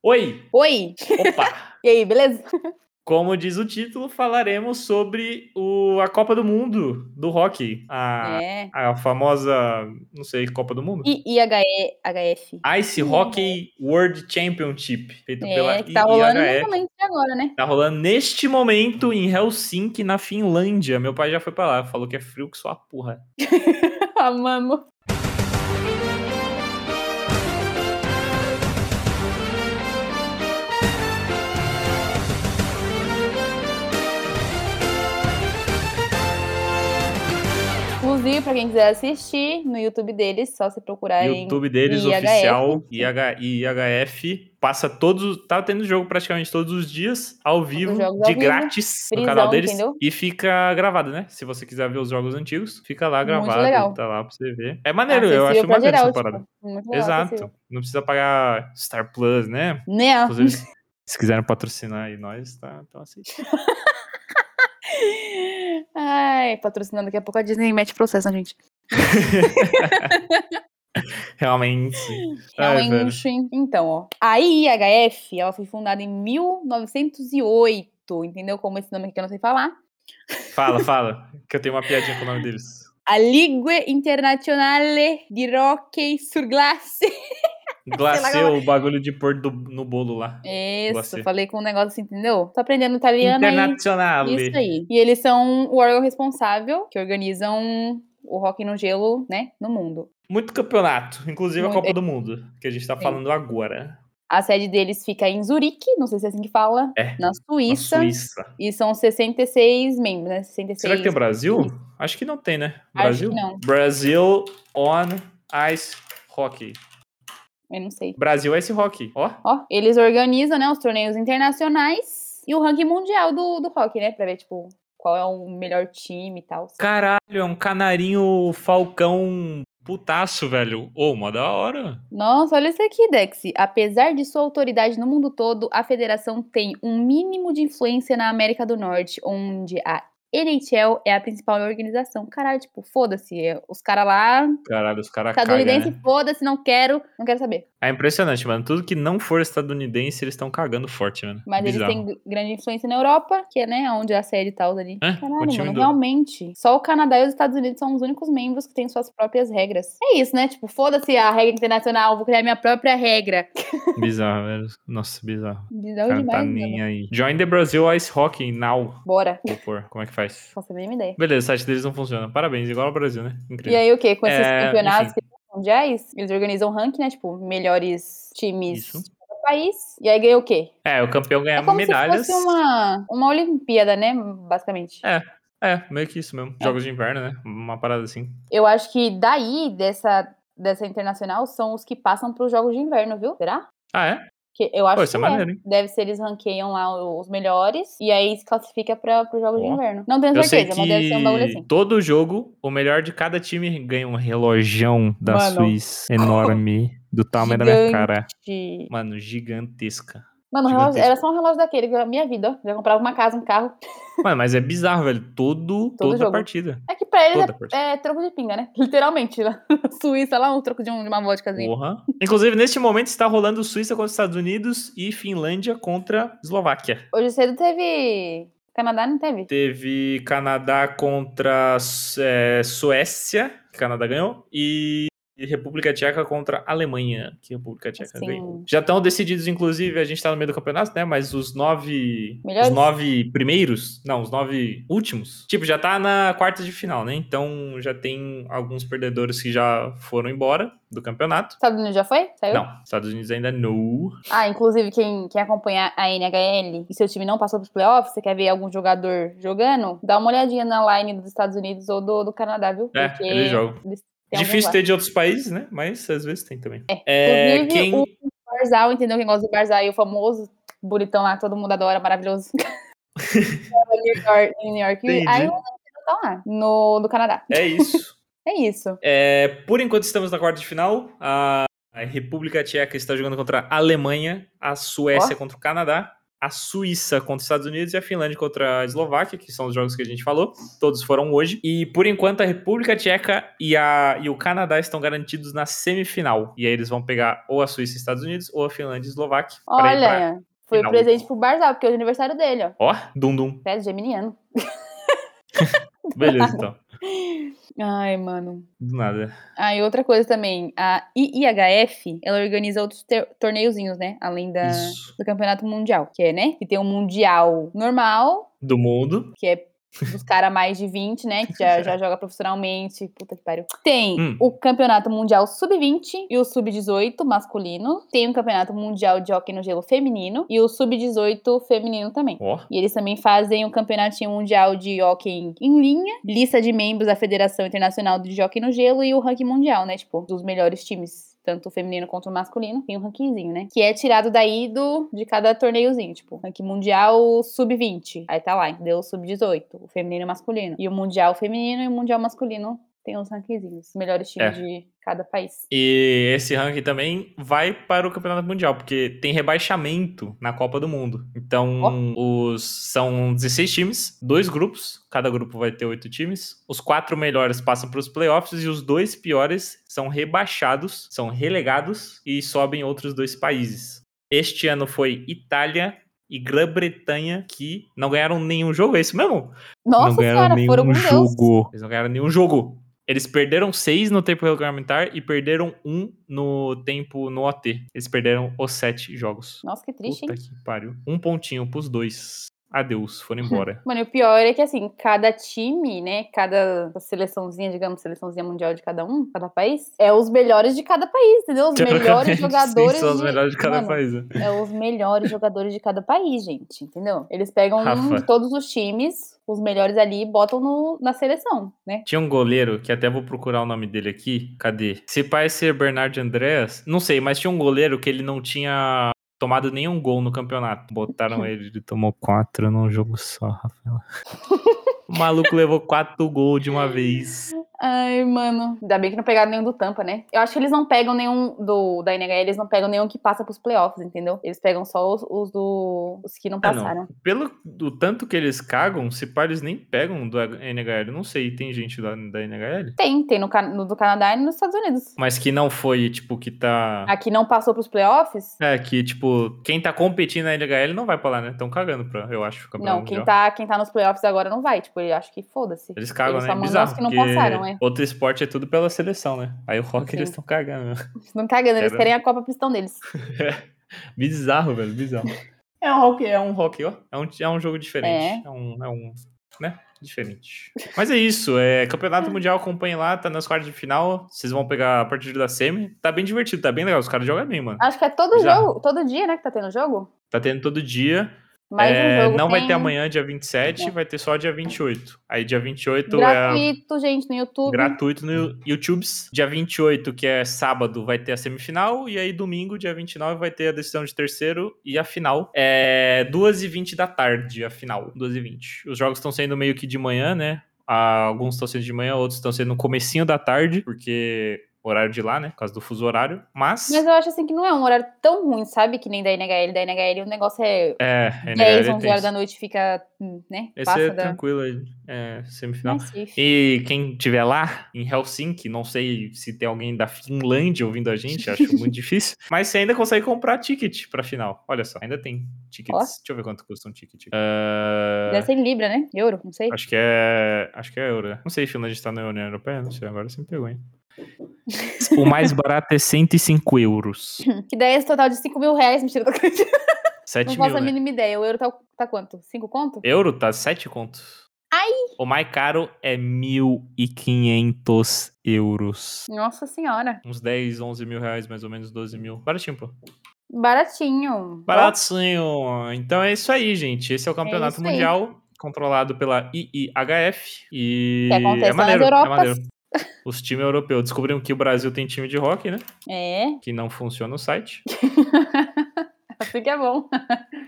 Oi! Oi! Opa! E aí, beleza? Como diz o título, falaremos sobre o, a Copa do Mundo do rock. A, É. a famosa, não sei, Copa do Mundo? E IHE, HF. Ice Hockey World Championship, feito pela É, que tá rolando IIHF. exatamente agora, né? Tá rolando neste momento em Helsinki, na Finlândia. Meu pai já foi pra lá, falou que é frio que só a porra. Amamos. Inclusive, pra quem quiser assistir, no YouTube deles, só se procurar em... YouTube deles, IHF. oficial, IH, IHF. Passa todos. os- Tá tendo jogo praticamente todos os dias, ao vivo, os jogos de ao vivo. grátis no Frisão, canal deles. entendeu? E fica gravado, né? Se você quiser ver os jogos antigos, fica lá Muito gravado. legal. Ah, Tá lá pra você ver. É maneiro, eu acho acessível pra bacana geral, essa tipo, parada. muito legal, acessível. Exato. Não precisa pagar Star Plus, né? Né? Inclusive, se- se quiserem patrocinar aí nós, tá, tá assim. Ai, patrocinando daqui a pouco a Disney mete processo, na gente. Realmente. É Ai, É, velho. Realmente. um então, ó. A IIHF, ela foi fundada em 1908, entendeu? Como esse nome aqui que eu não sei falar. Fala, fala. Que eu tenho uma piadinha com o nome deles. A Ligue Internazionale di Rock sur Glace. Glaceu o bagulho de pôr do- no bolo lá. Isso, Glace. falei com um negócio assim, entendeu? Tô aprendendo italiano aí. Internacional. Isso aí. E eles são o órgão responsável que organizam o rock no gelo, né, no mundo. Muito campeonato, inclusive Muito. a Copa do Mundo, que a gente tá Sim. falando agora. A sede deles fica em Zurique, não sei se é assim que fala, É, na Na Suíça. Suíça. E são 66 membros, né? 66. Será que tem Brasil? Acho que não tem, né? Brasil? que não. Brasil on ice hockey. Eu não sei. Brasil ice hockey. Ó, Ó, eles organizam, né, os torneios internacionais e o ranking mundial do, do rock, né? Pra ver, tipo, qual é o melhor time e tal. caralho, é um canarinho falcão putaço, velho. Ô, uma da hora. Nossa, olha isso aqui, Dexy. Apesar de sua autoridade no mundo todo, a federação tem um mínimo de influência na América do Norte, onde a NHL é a principal organização. Caralho, tipo, foda-se. é, Os caras lá, Caralho, os caras cagam, estadunidense, né? foda-se, não quero, não quero saber. É impressionante, mano. Tudo que não for estadunidense, eles estão cagando forte, mano. Mas Bizarro. eles têm gr- grande influência na Europa, que é, né, onde a sede e tal ali. É, Caralho, continua mano, indo. realmente. Só o Canadá e os Estados Unidos são os únicos membros que têm suas próprias regras. É isso, né? Tipo, foda-se a regra internacional, vou criar minha própria regra. Bizarro, velho. Nossa, bizarro. Bizarro Cara, não tá demais, né? nem aí. Join the Brazil Ice Hockey now. Bora. Vou pôr. Como é que faz? Faço a mesma ideia. Beleza, o site deles não funciona. Parabéns, igual ao Brasil, né? Incrível. E aí, o quê? Com esses É, campeonatos que são mundiais, eles organizam ranking, né? Tipo, melhores times Isso. do país. E aí ganha o quê? É, o campeão É, ganha como medalhas. se fosse uma, uma Olimpíada, né? Basicamente. É. É, meio que isso mesmo. Jogos de inverno, né? Uma parada assim. Eu acho que daí, dessa, dessa internacional, são os que passam para os Jogos de Inverno, viu? Será? Ah, é? Que eu acho Pô, isso que é é. maneiro, hein? Deve ser eles ranqueiam lá os melhores e aí se classifica para os Jogos de Ó. Inverno. Não tenho Eu sei certeza, que mas deve ser um bagulho assim. todo jogo, o melhor de cada time ganha um relojão da Mano. Suíça. Enorme. Do tamanho da minha Gigante. cara. De- Mano, gigantesca. Mano, o relógio- Gigantesco. era só um relógio daquele, que era a minha vida, ó. Já comprava uma casa, um carro. Mano, mas é bizarro, velho. Todo, toda jogo. partida. É que pra eles Toda é- parte. é, troco de pinga, né? Literalmente, lá na Suíça, lá um troco de, um, de uma vodkazinha. Porra. Inclusive, neste momento está rolando Suíça contra os Estados Unidos e Finlândia contra Eslováquia. Hoje cedo teve... Canadá não teve? Teve Canadá contra é, Suécia, que Canadá ganhou, e e República Tcheca contra Alemanha, que República Tcheca Sim. ganhou. Já estão decididos, inclusive, a gente está no meio do campeonato, né? Mas os nove. Melhores? Os nove primeiros. Não, os nove últimos. Tipo, já tá na quarta de final, né? Então já tem alguns perdedores que já foram embora do campeonato. Estados Unidos já foi? Saiu? Não, Estados Unidos ainda não. Ah, inclusive, quem, quem acompanha a NHL e seu time não passou pros playoffs, você quer ver algum jogador jogando, dá uma olhadinha na line dos Estados Unidos ou do, do Canadá, viu? É, Porque eles jogam. eles têm alguns Difícil lá. ter de outros países, né? Mas às vezes tem também. É, Inclusive, quem... o Barzal, entendeu? Quem gosta do Barzal, aí, o famoso bonitão lá, todo mundo adora, maravilhoso. Tava em New York, em New York. Entendi. Aí o Barzal tá lá, no, do Canadá. É isso. É isso. É, por enquanto estamos na quarta de final. A a República Tcheca está jogando contra a Alemanha, a Suécia contra o Canadá a Suíça contra os Estados Unidos e a Finlândia contra a Eslováquia, que são os jogos que a gente falou. Todos foram hoje. E por enquanto a República Tcheca e, a, e o Canadá estão garantidos na semifinal. E aí eles vão pegar ou a Suíça e Estados Unidos ou a Finlândia e Eslováquia. pra ir pra- Olha, foi final. presente pro Barzal, porque é o aniversário dele, ó. Ó, dum dum. Pé geminiano. Beleza, então. Ai, mano. Do nada. Ah, e outra coisa também, a IIHF, ela organiza outros te- torneiozinhos, né? Além da, Isso. do Campeonato Mundial, que é, né? Que tem um Mundial normal, Do mundo. que é dos caras mais de 20, né? Que já, já joga profissionalmente. Puta que pariu. Tem Hum. o Campeonato Mundial Sub-20 e o Sub-18 masculino. Tem o Campeonato Mundial de Hockey no Gelo feminino e o Sub-18 feminino também. Ó. E eles também fazem o Campeonatinho Mundial de Hockey em- em linha, lista de membros da Federação Internacional de Hockey no Gelo e o ranking mundial, né? Tipo, dos melhores times, tanto o feminino quanto o masculino, tem um rankingzinho, né? Que é tirado daí do, de cada torneiozinho, tipo, ranking mundial sub-20. Aí tá lá, entendeu? Sub-18, o feminino e o masculino. E o mundial feminino e o mundial masculino tem os rankingzinhos, os melhores times É. de cada país. E esse ranking também vai para o Campeonato Mundial, porque tem rebaixamento na Copa do Mundo. Então, os são 16 times, dois grupos, cada grupo vai ter oito times. Os quatro melhores passam para os playoffs e os dois piores são rebaixados, são relegados e sobem outros dois países. Este ano foi Itália e Grã-Bretanha que não ganharam nenhum jogo, é isso mesmo? Nossa senhora, foram com Deus. Eles não ganharam nenhum jogo. Eles perderam seis no tempo regulamentar e perderam um no tempo no OT. Eles perderam os sete jogos. Nossa, que triste, hein? Puta que pariu. Um pontinho pros dois. Adeus, foram embora. Mano, e o pior é que, assim, cada time, né? Cada seleçãozinha, digamos, seleçãozinha mundial de cada um, cada país, é os melhores de cada país, entendeu? Os melhores Teoricamente, jogadores. Sim, são os de- melhores de cada Mano, país. né? É os melhores jogadores de cada país, gente, entendeu? Eles pegam um Rafa. de todos os times, os melhores ali, e botam no, na seleção, né? Tinha um goleiro, que até vou procurar o nome dele aqui. Cadê? Se pai ser Bernardo Andréas, não sei, mas tinha um goleiro que ele não tinha tomado nenhum gol no campeonato. Botaram ele, ele tomou quatro num jogo só, Rafael. o maluco levou quatro gols de uma vez. Ai, mano. Ainda bem que não pegaram nenhum do Tampa, né? Eu acho que eles não pegam nenhum do da NHL, eles não pegam nenhum que passa pros playoffs, entendeu? Eles pegam só os, os do. os que não Ah, não. passaram. Pelo do tanto que eles cagam, se pá, eles nem pegam do NHL. Não sei, tem gente da, da NHL? Tem, tem no, Ca- no do Canadá e nos Estados Unidos. Mas que não foi, tipo, que tá. Aqui não passou pros playoffs? É, que, tipo, quem tá competindo na NHL não vai pra lá, né? Tão cagando pra, eu acho, o campeonato Não, quem mundial. tá, quem tá nos playoffs agora não vai. Tipo, eu acho que foda-se. Eles cagam, Eles né? só É mandam Bizarro, os que não porque passaram, é. Outro esporte é tudo pela seleção, né? Aí o rock Sim. eles estão cagando. né? Não cagando, eles Quero- querem a Copa Pistão deles. Bizarro, velho, bizarro. É um rock, é um rock, ó. É um, é um jogo diferente. É. um, é um, né? Diferente. Mas é isso, é Campeonato Mundial, acompanhe lá, tá nas quartas de final. Vocês vão pegar a partida da semi. Tá bem divertido, tá bem legal. Os caras jogam bem, mano. Acho que é todo Bizarro. jogo, todo dia, né, que tá tendo jogo? Tá tendo todo dia. Mais É, um jogo. não vai tem ter amanhã, dia 27, Não. vai ter só dia 28. Aí dia 28 é a Gratuito, gente, no YouTube. gratuito no YouTube. Dia 28, que é sábado, vai ter a semifinal. E aí, domingo, dia 29, vai ter a decisão de terceiro e a final. É 2h20 da tarde, a final. 2h20. Os jogos estão sendo meio que de manhã, né? Ah, Alguns estão sendo de manhã, outros estão sendo no comecinho da tarde, porque horário de lá, né? Por causa do fuso horário. Mas. Mas eu acho assim que não é um horário tão ruim, sabe? Que nem da NHL. Da NHL o negócio é É, 10, NHL 11 horas da noite, fica, hum, né? Esse passa é da. tranquilo, é, semifinal. Mas, enfim. E quem tiver lá em Helsinki, não sei se tem alguém da Finlândia ouvindo a gente, acho muito difícil. Mas você ainda consegue comprar ticket pra final. Olha só, ainda tem tickets. Ó. Deixa eu ver quanto custa um ticket. Ah, Deve ser em Libra, né? Euro, não sei. acho que é. Acho que é euro. né? Não sei se Finlândia está na União Europeia, não sei, agora você me pegou, hein? o mais barato é 105 euros. Que daí esse total de 5 mil reais, mentira, tô acreditando. 7 Não mil, faço a né? mínima ideia. O euro tá, tá quanto? Cinco conto? Euro tá 7 contos. Ai! O mais caro é 1.500 euros. Nossa senhora. Uns 10, 11 mil reais, mais ou menos, 12 Hum. mil. Baratinho, pô. Baratinho. Baratinho. Então é isso aí, gente. Esse é o Campeonato isso aí. Mundial, controlado pela IIHF. E Que acontece é lá nas maneiro, é Europas. maneiro. Os times europeus descobriram que o Brasil tem time de rock, né? É, Que não funciona o site. assim que é bom.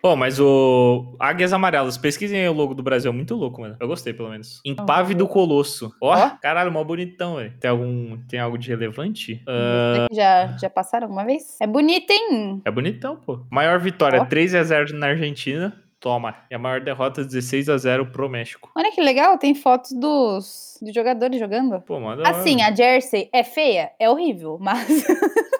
Pô, mas o Águias Amarelas, pesquisem aí o logo do Brasil, é muito louco, mano. Eu gostei, pelo menos. Impave do Colosso. Ó, Ó. caralho, mó bonitão, velho. Tem algum, tem algo de relevante? Ah, Já, já passaram alguma vez? É bonito, hein? É bonitão, pô. Maior vitória, Ó. 3x0 na Argentina. Toma. E a maior derrota, 16x0 pro México. Olha que legal, tem fotos dos, dos jogadores jogando. Pô, manda um- lá, Assim, velho. a Jersey é feia? É horrível, mas.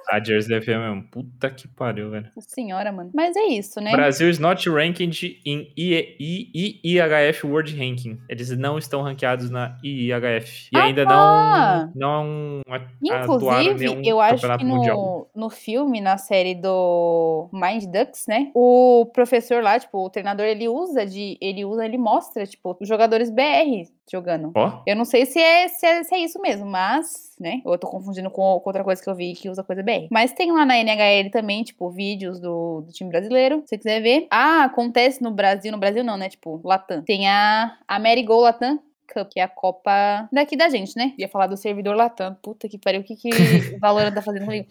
a... Jersey é feia mesmo. Puta que pariu, velho. Nossa Senhora, mano. Mas é isso, né? Brasil is not ranked in IE I- IIHF World Ranking. Eles não estão ranqueados na IIHF. E Ah, ainda tá. não, não ah, atuaram Inclusive, nenhum eu acho é um campeonato que mundial. no, no filme, na série do Mind Ducks, né? O professor lá, tipo, o treinador, ele usa de. Ele usa, ele mostra, tipo, os jogadores BR jogando. Ó, Eu não sei se é, se é, se é isso mesmo, mas, né? Ou eu tô confundindo com, com outra coisa que eu vi que usa coisa BR. Mas tem lá na NHL também, tipo, vídeos do, do time brasileiro, se você quiser ver. Ah, acontece no Brasil, no Brasil não, né? Tipo, Latam. Tem a Amerigo Latam. Cup, que é a Copa daqui da gente, né? Ia falar do servidor Latam. Puta que pariu, o que, que o Valorant tá fazendo comigo?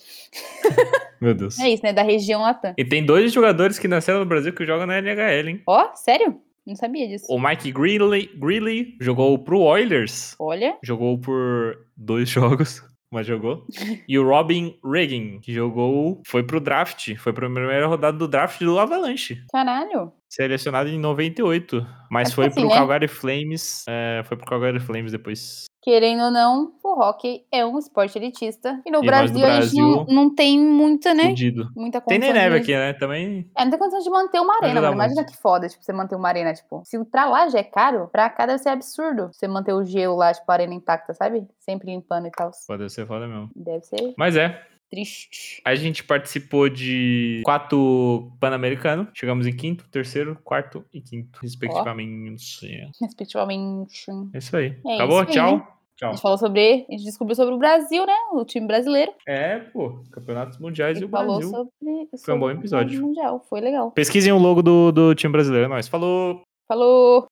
meu Deus. É isso, né? Da região Latam. E tem dois jogadores que nasceram no Brasil que jogam na NHL, hein? Ó, sério? Não sabia disso. O Mike Greeley, Greeley jogou pro Oilers. Olha, Jogou por dois jogos, mas jogou. E o Robin Regan, que jogou, foi pro draft. Foi pra primeira rodada do draft do Avalanche. caralho. Selecionado em 98, mas Mas foi assim, pro né? Calgary Flames. É, foi pro Calgary Flames depois. Querendo ou não, o hockey é um esporte elitista. E no E nós Brasil, do a gente não, Brasil, não tem muita, né? Fudido. Muita Tem condição. nem neve de- aqui, né? Também. É, não tem condição de manter uma arena, ajuda mano. Imagina que foda, tipo, você manter uma arena, tipo. Se pra lá já é caro, pra cá deve ser absurdo. Você manter o gelo lá, tipo, a arena intacta, sabe? Sempre limpando e tal. Pode ser foda mesmo. Deve ser Mas é, triste. a gente participou de quatro Pan-Americano. Chegamos em quinto, terceiro, quarto e quinto, respectivamente. Respectivamente. É isso aí. É Acabou? isso aí. Tchau. A Tchau. gente falou sobre. A gente descobriu sobre o Brasil, né? O time brasileiro. É, pô. Campeonatos mundiais e E o falou Brasil. um sobre, sobre. bom o episódio. Mundial. Foi legal. Pesquisem o logo do, do time brasileiro. É nóis. Falou! Falou!